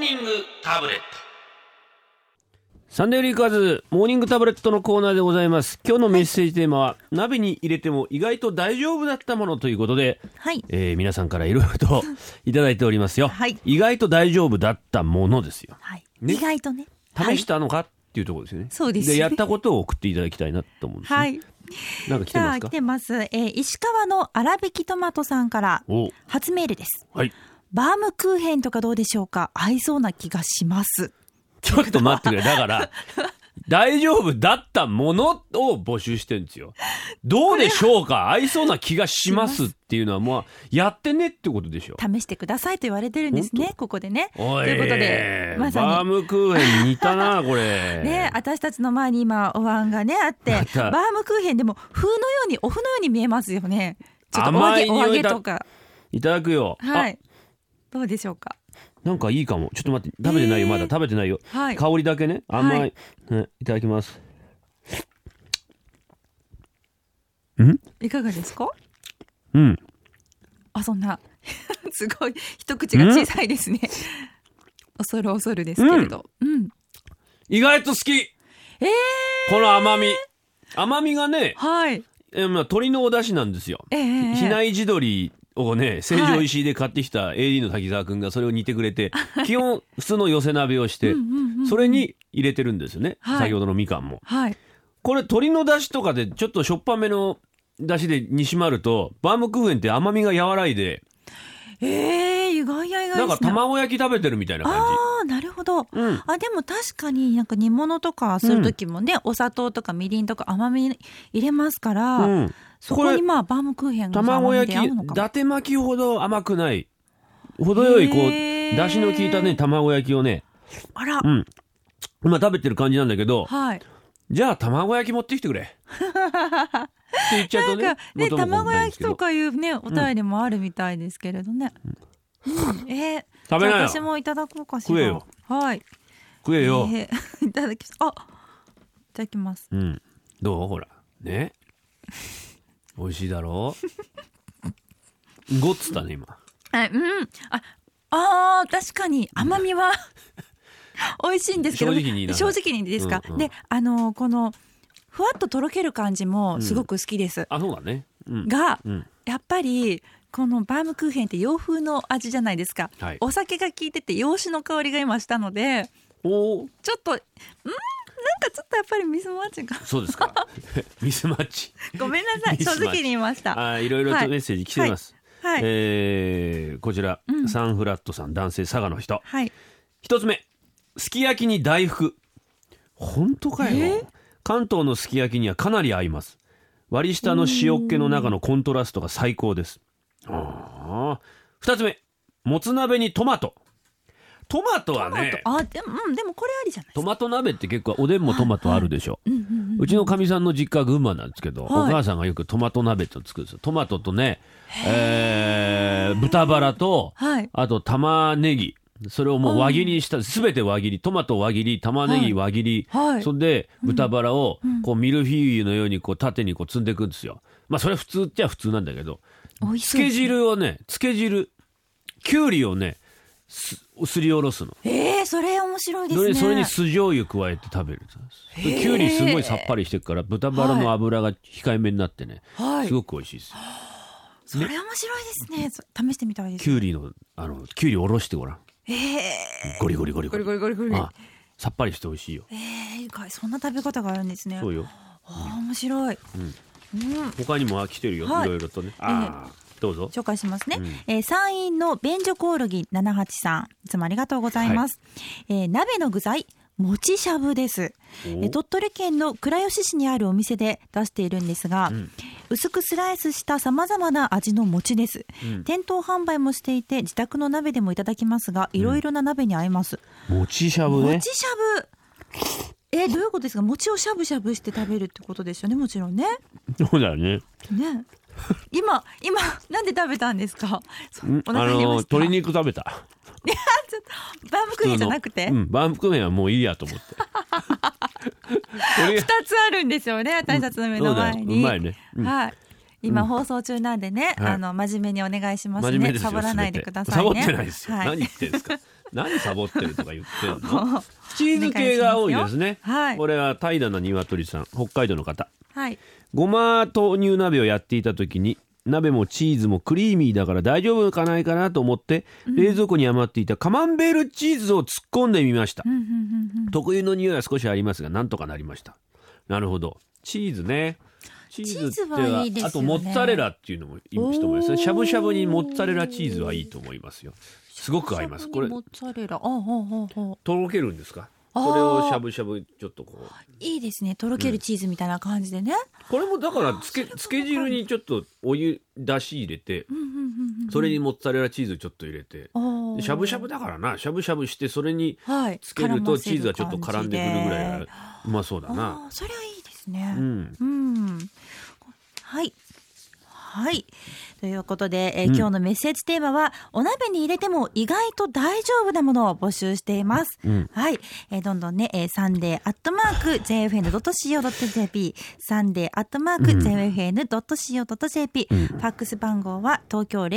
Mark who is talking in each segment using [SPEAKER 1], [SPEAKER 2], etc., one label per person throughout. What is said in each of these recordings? [SPEAKER 1] ニングタブレット
[SPEAKER 2] サンデーリーカーズモーニングタブレットのコーナーでございます今日のメッセージテーマは、鍋に入れても意外と大丈夫だったものということで、
[SPEAKER 3] はい。
[SPEAKER 2] えー皆さんからいろいろといただいておりますよ、
[SPEAKER 3] はい
[SPEAKER 2] 意外と大丈夫だったものですよ
[SPEAKER 3] はい。
[SPEAKER 2] ね
[SPEAKER 3] 意外とね。
[SPEAKER 2] 試したのかっていうところですよね、
[SPEAKER 3] そうですね
[SPEAKER 2] やったことを送っていただきたいなと思うんです、ね、
[SPEAKER 3] はい。はい。
[SPEAKER 2] なんか来て
[SPEAKER 3] じゃ
[SPEAKER 2] ま
[SPEAKER 3] あ
[SPEAKER 2] すか
[SPEAKER 3] 来てます。えー石川の粗挽きトマトさんから
[SPEAKER 2] お
[SPEAKER 3] 初メールです。
[SPEAKER 2] はい
[SPEAKER 3] バームクーヘンとかどうでしょうか合いそうな気がします。
[SPEAKER 2] ちょっと待って くれ。だから、大丈夫だったものを募集してるんですよ。どうでしょうか合いそうな気がしますっていうのは、もう、やってねってことでしょ。
[SPEAKER 3] 試してくださいと言われてるんですね、ここでね。と
[SPEAKER 2] おい、
[SPEAKER 3] いうことで、ま
[SPEAKER 2] バ
[SPEAKER 3] さ
[SPEAKER 2] ー
[SPEAKER 3] に。
[SPEAKER 2] ムクーヘン似たな、これ。
[SPEAKER 3] ね、私たちの前に今お椀がねあってバ
[SPEAKER 2] また
[SPEAKER 3] ームクーヘンでも風のようにおふのように見えますよねちょっとお揚
[SPEAKER 2] 甘
[SPEAKER 3] げ
[SPEAKER 2] い
[SPEAKER 3] お揚
[SPEAKER 2] 匂い
[SPEAKER 3] げ
[SPEAKER 2] だ
[SPEAKER 3] とか
[SPEAKER 2] いただくよ。
[SPEAKER 3] は
[SPEAKER 2] あ、
[SPEAKER 3] いどうでしょうか
[SPEAKER 2] なんかいいかも。ちょっと待って、食べてないよ、
[SPEAKER 3] えー
[SPEAKER 2] まだ食べてないよ。
[SPEAKER 3] はい
[SPEAKER 2] 香りだけね、甘い。、
[SPEAKER 3] はい
[SPEAKER 2] ねいただきます。
[SPEAKER 3] いかがですか
[SPEAKER 2] うん。
[SPEAKER 3] あそんな すごい一口が小さいですね。恐る恐るですけれど、うん、
[SPEAKER 2] 意外と好き
[SPEAKER 3] えー、
[SPEAKER 2] この甘み。甘みがね、
[SPEAKER 3] はい、
[SPEAKER 2] えーまあ鶏のお出汁なんですよ。
[SPEAKER 3] ええ
[SPEAKER 2] 比内地鶏をね成城石井で買ってきた AD の滝沢君がそれを煮てくれ て、基本普通の寄せ鍋をして
[SPEAKER 3] うんうんうん
[SPEAKER 2] それに入れてるんですよね、
[SPEAKER 3] はい
[SPEAKER 2] 先ほどのみかんも
[SPEAKER 3] はい、
[SPEAKER 2] これ鶏の出汁とかでちょっとしょっぱめの出汁で煮締まるとバームクーヘンって甘みが和らいで
[SPEAKER 3] ええ意外や意
[SPEAKER 2] な
[SPEAKER 3] 外
[SPEAKER 2] ん
[SPEAKER 3] で
[SPEAKER 2] か
[SPEAKER 3] すね。
[SPEAKER 2] 卵焼き食べてるみたいな感
[SPEAKER 3] ああなるほど。
[SPEAKER 2] じうん
[SPEAKER 3] あでも確かになんか煮物とかする時もね、お砂糖とかみりんとか甘み入れますから、
[SPEAKER 2] うん、
[SPEAKER 3] そこにまあバームクーヘンが
[SPEAKER 2] 卵焼き
[SPEAKER 3] 甘みで合うの
[SPEAKER 2] 伊
[SPEAKER 3] かも
[SPEAKER 2] 達巻きほど甘くない程よいこう
[SPEAKER 3] へー
[SPEAKER 2] 出汁の効いたね卵焼きをね
[SPEAKER 3] あら、
[SPEAKER 2] うん今食べてる感じなんだけど、
[SPEAKER 3] はい。
[SPEAKER 2] じゃあ卵焼き持ってきてくれ。って言っちゃう
[SPEAKER 3] な
[SPEAKER 2] と
[SPEAKER 3] ん
[SPEAKER 2] ね。
[SPEAKER 3] かね
[SPEAKER 2] 元も子も
[SPEAKER 3] 卵
[SPEAKER 2] ないんで
[SPEAKER 3] 焼
[SPEAKER 2] す
[SPEAKER 3] き
[SPEAKER 2] けど
[SPEAKER 3] と。かいうねお便りもあるみたいですけれどね。うん、えー
[SPEAKER 2] 食べな
[SPEAKER 3] じゃあ
[SPEAKER 2] よ。
[SPEAKER 3] 私もいただこうかしら。
[SPEAKER 2] 食えよ
[SPEAKER 3] はい。
[SPEAKER 2] 食えよ。
[SPEAKER 3] えー いただきます。あ、いただきます。
[SPEAKER 2] うん。どうほら。ね。美味しいだろう。ごっつったね今。
[SPEAKER 3] はい、うん。あ、あー確かに甘みは 美味しいんですけど、
[SPEAKER 2] 正直に言いなさ
[SPEAKER 3] 正
[SPEAKER 2] い
[SPEAKER 3] 直にですか。
[SPEAKER 2] うんうん
[SPEAKER 3] で、あのーこのふわっととろける感じもすごく好きです。
[SPEAKER 2] あそうだね。うん。
[SPEAKER 3] が、
[SPEAKER 2] うん。
[SPEAKER 3] やっぱり。このバームクーヘンって洋風の味じゃないですか、
[SPEAKER 2] はい
[SPEAKER 3] お酒が効いてて洋酒の香りが今したので
[SPEAKER 2] おお。
[SPEAKER 3] ちょっとうんなんかちょっとやっぱりミスマッチが
[SPEAKER 2] そうですか。 ミスマッチ。
[SPEAKER 3] ごめんなさい
[SPEAKER 2] ミス
[SPEAKER 3] 正
[SPEAKER 2] マッチ
[SPEAKER 3] 直に言いました
[SPEAKER 2] あーいろいろ
[SPEAKER 3] は
[SPEAKER 2] と
[SPEAKER 3] い
[SPEAKER 2] メッセージ来てます。
[SPEAKER 3] はい、
[SPEAKER 2] えーこちら、
[SPEAKER 3] うん
[SPEAKER 2] サンフラットさん男性佐賀の人。
[SPEAKER 3] はい
[SPEAKER 2] 一つ目すき焼きに大福本当かよ関東のすき焼きにはかなり合います割り下の塩っ気の中のコントラストが最高ですあー二つ目もつ鍋にトマトトマトはね
[SPEAKER 3] あでもうんでもこれありじゃない
[SPEAKER 2] トマト鍋って結構おでんもトマトあるでしょ、
[SPEAKER 3] うんうんうん
[SPEAKER 2] うちのかみさんの実家は群馬なんですけど、
[SPEAKER 3] はい
[SPEAKER 2] お母さんがよくトマト鍋と作るんですよトマトとね、えー豚バラと、
[SPEAKER 3] はい
[SPEAKER 2] あと玉ねぎそれをもう輪切りにしたすべて輪切りトマトを輪切り玉ねぎ輪切り、
[SPEAKER 3] はい
[SPEAKER 2] そんで豚バラをこうミルフィーユのようにこう縦にこう積んでいくんですよまあそれは普通っちゃ普通なんだけど
[SPEAKER 3] 美味し
[SPEAKER 2] つ
[SPEAKER 3] そうで
[SPEAKER 2] け
[SPEAKER 3] す
[SPEAKER 2] 汁をねつけ汁きゅうりをねすすりおろすの
[SPEAKER 3] えー、それ面白いです
[SPEAKER 2] それ
[SPEAKER 3] ね
[SPEAKER 2] にそれに酢醤油加えて食べる
[SPEAKER 3] へー
[SPEAKER 2] できゅうりすごいさっぱりしてるから豚バラの脂が控えめになってね、
[SPEAKER 3] はい
[SPEAKER 2] すごく美味しいですよ
[SPEAKER 3] それ面白いですねそ試してみたいです
[SPEAKER 2] きゅうりのあのきゅうりおろしてごらん
[SPEAKER 3] え
[SPEAKER 2] ゴリゴリゴリ
[SPEAKER 3] ー、
[SPEAKER 2] ゴ
[SPEAKER 3] ゴ
[SPEAKER 2] リ
[SPEAKER 3] リゴリゴリゴリ
[SPEAKER 2] あさっぱりして美味しいよ
[SPEAKER 3] えー、意外そんな食べ方があるんですね
[SPEAKER 2] そうよ
[SPEAKER 3] あー面白い、うん
[SPEAKER 2] 他にもあ来てるよ、
[SPEAKER 3] はい
[SPEAKER 2] い、ろいろとねあー、どうぞ
[SPEAKER 3] 紹介しますね、
[SPEAKER 2] うん
[SPEAKER 3] えー山陰の便所コオロギ78さんいつもありがとうございます、えー鍋の具材もちしゃぶですえ
[SPEAKER 2] お
[SPEAKER 3] 鳥取県の倉吉市にあるお店で出しているんですが、
[SPEAKER 2] ん
[SPEAKER 3] 薄くスライスしたさまざまな味の餅です、
[SPEAKER 2] うん
[SPEAKER 3] 店頭販売もしていて自宅の鍋でもいただきますがいろいろな鍋に合います、
[SPEAKER 2] もちしゃぶね
[SPEAKER 3] 餅しゃぶえーどういうことですか餅をしゃぶしゃぶして食べるってことですよねもちろんね
[SPEAKER 2] そうだよね
[SPEAKER 3] ね今今なんで食べたんですかそ
[SPEAKER 2] うん
[SPEAKER 3] お
[SPEAKER 2] あ
[SPEAKER 3] 腹減り
[SPEAKER 2] の
[SPEAKER 3] ました
[SPEAKER 2] 鶏肉食べた
[SPEAKER 3] バームクーヘンじゃなくて
[SPEAKER 2] 普通のうん、バンク麺はもういいやと思ってとり あえず
[SPEAKER 3] 二つあるんですよね私たちの目の前に、
[SPEAKER 2] うんそうだようまいねうん
[SPEAKER 3] はい今放送中なんでね、
[SPEAKER 2] はい
[SPEAKER 3] あの真面目にお願いします
[SPEAKER 2] 真
[SPEAKER 3] ね
[SPEAKER 2] 面目ですよ
[SPEAKER 3] サボらないで
[SPEAKER 2] 全て
[SPEAKER 3] くださいね
[SPEAKER 2] サボってないですよ、
[SPEAKER 3] はい
[SPEAKER 2] 何言ってんですか何サボってるとか言っ てるのチーズ系が多いですね
[SPEAKER 3] お願いしますよはい
[SPEAKER 2] これは怠惰な鶏さん北海道の方
[SPEAKER 3] はい。
[SPEAKER 2] ごま豆乳鍋をやっていた時に鍋もチーズもクリーミーだから大丈夫かないかなと思って冷蔵庫に余っていたカマンベールチーズを突っ込んでみました、
[SPEAKER 3] うんうんうんうん。
[SPEAKER 2] 特有の匂いは少しありますがなんとかなりましたなるほどチーズねチーズって
[SPEAKER 3] チーズはいいですよね
[SPEAKER 2] あとモッツァレラっていうのもいい人もいますね
[SPEAKER 3] おー
[SPEAKER 2] しゃぶしゃぶにモッツァレラチーズはいいと思いますよすごく合いますこれ
[SPEAKER 3] モッツァレラ。あ、ほうほうほう。
[SPEAKER 2] とろけるんですか
[SPEAKER 3] あー
[SPEAKER 2] それをしゃぶしゃぶちょっとこう
[SPEAKER 3] いいですね。とろけるチーズみたいな感じでね。
[SPEAKER 2] これもだからつけつけ汁にちょっとお湯出し入れて
[SPEAKER 3] うんうんうんうん。
[SPEAKER 2] それにモッツァレラチーズちょっと入れて
[SPEAKER 3] おー
[SPEAKER 2] しゃぶしゃぶだからなしゃぶしゃぶしてそれに
[SPEAKER 3] はい。
[SPEAKER 2] つけると
[SPEAKER 3] 絡ませ
[SPEAKER 2] チーズがちょっと絡んでくるぐらい
[SPEAKER 3] 感
[SPEAKER 2] が
[SPEAKER 3] じで
[SPEAKER 2] うまそうだ
[SPEAKER 3] あ
[SPEAKER 2] な
[SPEAKER 3] あ、それはいいですね。
[SPEAKER 2] うん
[SPEAKER 3] うん。はい。はい。ということで、えー
[SPEAKER 2] うん
[SPEAKER 3] 今日のメッセージテーマは、お鍋に入れても意外と大丈夫なものを募集しています。
[SPEAKER 2] うん
[SPEAKER 3] はい。えーどんどんね、えー、サンデーアットマーク JFN.CO.JP、サンデーアットマーク JFN.CO.JP、
[SPEAKER 2] うん
[SPEAKER 3] ファックス番号は東京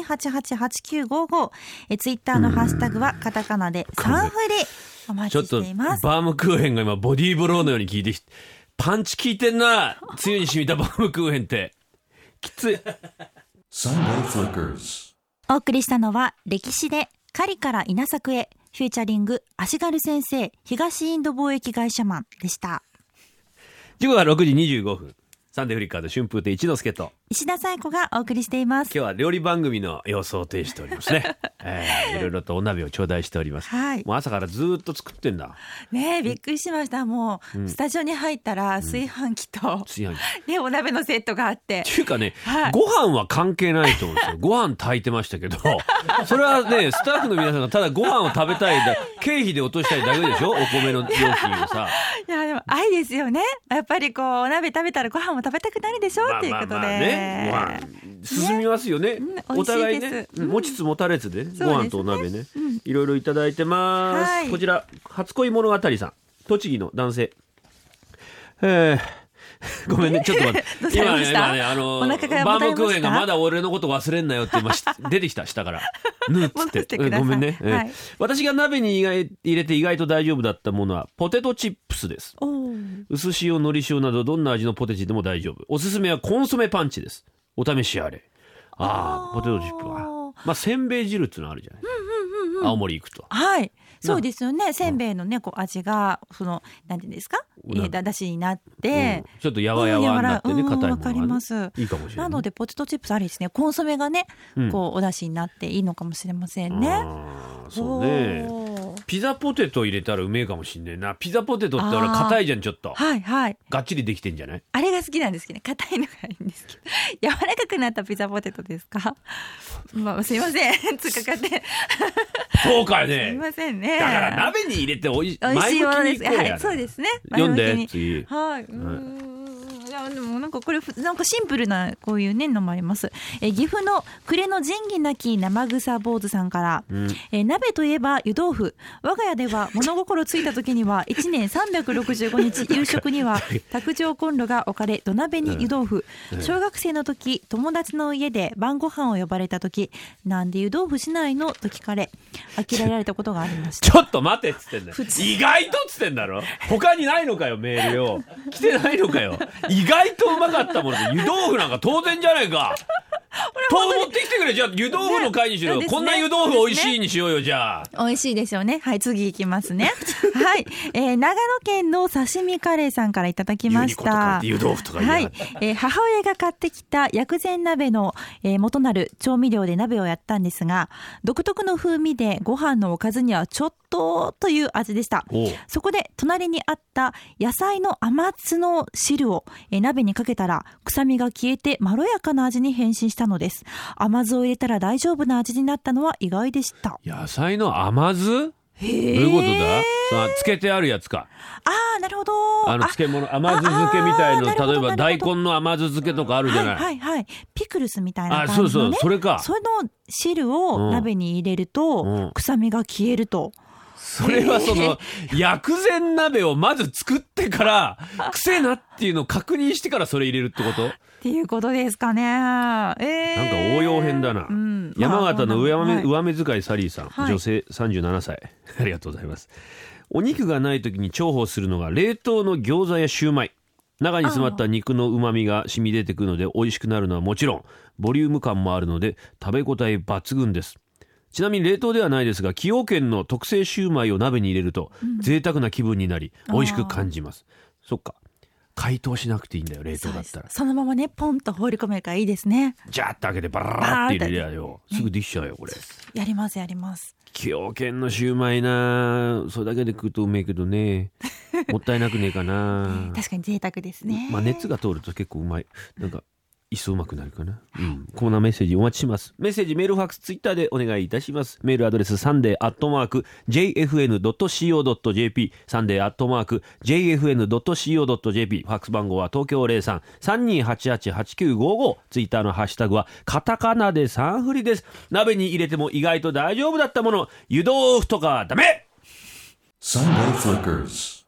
[SPEAKER 3] 0332888955、えー、ツイッターのハッシュタグはカタカナでサンフレお
[SPEAKER 2] ちょ
[SPEAKER 3] 待
[SPEAKER 2] っ
[SPEAKER 3] ち
[SPEAKER 2] と
[SPEAKER 3] していま
[SPEAKER 2] バ
[SPEAKER 3] す。
[SPEAKER 2] ームクーヘンが今ボディーブローのように効いてきてパンチ効いてんなつゆに染みたバームクーヘンってきつい
[SPEAKER 1] Sunday Flickers.
[SPEAKER 3] お送りしたのは歴史で狩りから稲作へフューチャリング足軽先生東インド貿易会社マンでした
[SPEAKER 2] 時刻は6時25分サンデーフリッカーで春風亭一之輔と
[SPEAKER 3] 石田紗友子がお送りしています
[SPEAKER 2] 今日は料理番組の様子を呈しておりますね、えーいろいろとお鍋を頂戴しております
[SPEAKER 3] はい
[SPEAKER 2] もう朝からずーっと作ってんだ
[SPEAKER 3] ねえびっくりしましたもう、スタジオに入ったら炊飯器と、
[SPEAKER 2] 炊飯器
[SPEAKER 3] ねお鍋のセットがあって
[SPEAKER 2] っていうかね、
[SPEAKER 3] はい
[SPEAKER 2] ご飯は関係ないと思うん ですよ。ご飯炊いてましたけど、それはね、スタッフの皆さんがただご飯を食べたいだ、経費で落としたいだけでしょお米の料金をさ。
[SPEAKER 3] いやでも愛ですよねやっぱりこうお鍋食べたらご飯も食べたくなるでしょっていうことで、
[SPEAKER 2] ね、ご飯進みますよね。
[SPEAKER 3] ね
[SPEAKER 2] お互い
[SPEAKER 3] 美味し
[SPEAKER 2] ね
[SPEAKER 3] いで、
[SPEAKER 2] 持ちつ持たれつでね、
[SPEAKER 3] すね
[SPEAKER 2] ご飯とお鍋ね、いろいろいただいてます。
[SPEAKER 3] はい
[SPEAKER 2] こちら、初恋物語さん、栃木の男性。えー ごめ んね、ちょっと待って
[SPEAKER 3] どう。され
[SPEAKER 2] 今
[SPEAKER 3] ま
[SPEAKER 2] ね、
[SPEAKER 3] した
[SPEAKER 2] 今ね、あの、
[SPEAKER 3] お腹が
[SPEAKER 2] バ
[SPEAKER 3] もたれまし
[SPEAKER 2] ー
[SPEAKER 3] た
[SPEAKER 2] ムクーヘンがまだ俺のこと忘れんなよって 今、し出てきた、下から。ぬっつっ
[SPEAKER 3] 戻
[SPEAKER 2] て
[SPEAKER 3] して
[SPEAKER 2] う
[SPEAKER 3] く
[SPEAKER 2] ん
[SPEAKER 3] ださい
[SPEAKER 2] ごめんね。えー
[SPEAKER 3] はい
[SPEAKER 2] 私が鍋に意外入れて意外と大丈夫だったものは、ポテトチップスです。
[SPEAKER 3] おー
[SPEAKER 2] 薄塩のり塩などどんな味のポテチでも大丈夫おすすめはコンソメパンチですお試しあれああ
[SPEAKER 3] あー
[SPEAKER 2] ポテトチップはまあせんべい汁っていうのあるじゃない、青森行くと
[SPEAKER 3] はいそうですよねせんべいのねこう味がそのなんていうんですか
[SPEAKER 2] うん
[SPEAKER 3] えーだだしになって、
[SPEAKER 2] うんちょっとやわやわになって
[SPEAKER 3] うん
[SPEAKER 2] ね
[SPEAKER 3] 柔ら
[SPEAKER 2] 硬いものが、
[SPEAKER 3] うんわかりま
[SPEAKER 2] ね
[SPEAKER 3] す、
[SPEAKER 2] いいかもしれな
[SPEAKER 3] ないのでポテトチップスありですねコンソメがね、
[SPEAKER 2] うん
[SPEAKER 3] こうお出汁になっていいのかもしれませんね。
[SPEAKER 2] あーそうね
[SPEAKER 3] おー
[SPEAKER 2] ピザポテト入れたらうめえかもしんねえなピザポテトって俺
[SPEAKER 3] あー
[SPEAKER 2] 硬いじゃんちょっと
[SPEAKER 3] はいはい
[SPEAKER 2] がっちりできてんじゃない
[SPEAKER 3] あれが好きなんですけどね硬いのがいいんですけど 柔らかくなったピザポテトですか まあすいません つっかかって
[SPEAKER 2] そうかよ
[SPEAKER 3] すい
[SPEAKER 2] ね
[SPEAKER 3] ませんね
[SPEAKER 2] だから鍋に入れておい
[SPEAKER 3] 美味しいもので
[SPEAKER 2] 前向きに行
[SPEAKER 3] す
[SPEAKER 2] こう
[SPEAKER 3] は
[SPEAKER 2] や
[SPEAKER 3] いそうですね
[SPEAKER 2] 読ん
[SPEAKER 3] 前向
[SPEAKER 2] で
[SPEAKER 3] きに
[SPEAKER 2] 次
[SPEAKER 3] はい。うーんいやでもなんかこれふなんかシンプルなこういうねのもあります。え岐阜の暮れの仁義なき生草坊主さんから、
[SPEAKER 2] ん
[SPEAKER 3] え鍋といえば湯豆腐。我が家では物心ついた時には 一年365日 夕食には卓上コンロが置かれ土鍋に湯豆腐。小学生の時友達の家で晩ご飯を呼ばれた時なんで湯豆腐しないのと聞かれ呆れられたことがありました。
[SPEAKER 2] ちょっと待てっつってんだよ。意外とっつってんだろ他にないのかよ、メールよ。来てないのかよ。意外とうまかったもので、湯豆腐なんか当然じゃないか。豆腐持ってきてくれ、じゃあ湯豆腐の回にしろよ。
[SPEAKER 3] ね
[SPEAKER 2] こんな湯豆腐美味しいにしようよ、じゃあ。
[SPEAKER 3] 美味しいですよね。はい、次いきますね。はい、えー長野県の刺身カレーさんからいただきまし
[SPEAKER 2] 湯にことか
[SPEAKER 3] た。
[SPEAKER 2] って湯豆腐とか言
[SPEAKER 3] は
[SPEAKER 2] う
[SPEAKER 3] い、えー母親が買ってきた薬膳鍋の、えー元なる調味料で鍋をやったんですが独特の風味でご飯のおかずにはちょっとという味でした
[SPEAKER 2] おう
[SPEAKER 3] そこで隣にあった野菜の甘酢の汁を、えー鍋にかけたら臭みが消えてまろやかな味に変身したのです甘酢を入れたら大丈夫な味になったのは意外でした
[SPEAKER 2] 野菜の甘酢どう
[SPEAKER 3] へえ
[SPEAKER 2] いうことだその漬けてあるやつか。
[SPEAKER 3] ああなるほど
[SPEAKER 2] あの
[SPEAKER 3] あ
[SPEAKER 2] 漬物、甘酢漬けみたい
[SPEAKER 3] あーなる
[SPEAKER 2] の、
[SPEAKER 3] ほど
[SPEAKER 2] 例えば
[SPEAKER 3] なる
[SPEAKER 2] 大
[SPEAKER 3] ほど
[SPEAKER 2] 根の甘酢漬けとかあるじゃ
[SPEAKER 3] はい
[SPEAKER 2] な。
[SPEAKER 3] はいいはいピクルスみたいな
[SPEAKER 2] あ、
[SPEAKER 3] 感じの
[SPEAKER 2] そ
[SPEAKER 3] ね
[SPEAKER 2] うそう、それか。
[SPEAKER 3] その汁を鍋に入れると、
[SPEAKER 2] うん
[SPEAKER 3] 臭みが消えると。
[SPEAKER 2] それはその薬膳鍋をまず作ってから癖なっていうのを確認してからそれ入れるってこと
[SPEAKER 3] っていうことですかね。えー、
[SPEAKER 2] なんか応用編だな。
[SPEAKER 3] うん
[SPEAKER 2] 山形の上目,、
[SPEAKER 3] まあ
[SPEAKER 2] 上目遣いサリーさん、
[SPEAKER 3] はい
[SPEAKER 2] 女性37歳ありがとうござい ますお肉がない時に重宝するのが冷凍の餃子やシューマイ中に詰まった肉の旨味が染み出てくるので美味しくなるのはもちろんボリューム感もあるので食べ応え抜群ですちなみに冷凍ではないですが崎陽軒の特製シューマイを鍋に入れると贅沢な気分になり美味しく感じます、そっか解凍しなくていいんだよ冷凍
[SPEAKER 3] そう
[SPEAKER 2] だ
[SPEAKER 3] で
[SPEAKER 2] っ
[SPEAKER 3] す
[SPEAKER 2] たら
[SPEAKER 3] そのままねポンと放り込めるからいいですね。
[SPEAKER 2] ジャーッと開けてバラーって入れりゃよすぐできちゃうよこれ
[SPEAKER 3] やりますやります。
[SPEAKER 2] 崎陽軒のシューマイなそれだけで食うとうめえけどね もったいなくねえかな、
[SPEAKER 3] 確かに贅沢ですね。
[SPEAKER 2] まあ、熱が通ると結構うまいなんかいっそうまくなるかな、うん、コーナーメッセージお待ちしますメッセージメールファックスツイッターでお願いいたしますメールアドレスサンデーアットマーク JFN.CO.JP サンデーアットマーク JFN.CO.JP ファックス番号は東京0332888955ツイッターのハッシュタグはカタカナでサンフリです鍋に入れても意外と大丈夫だったもの湯豆腐とかダメ
[SPEAKER 1] Sunday Flickers.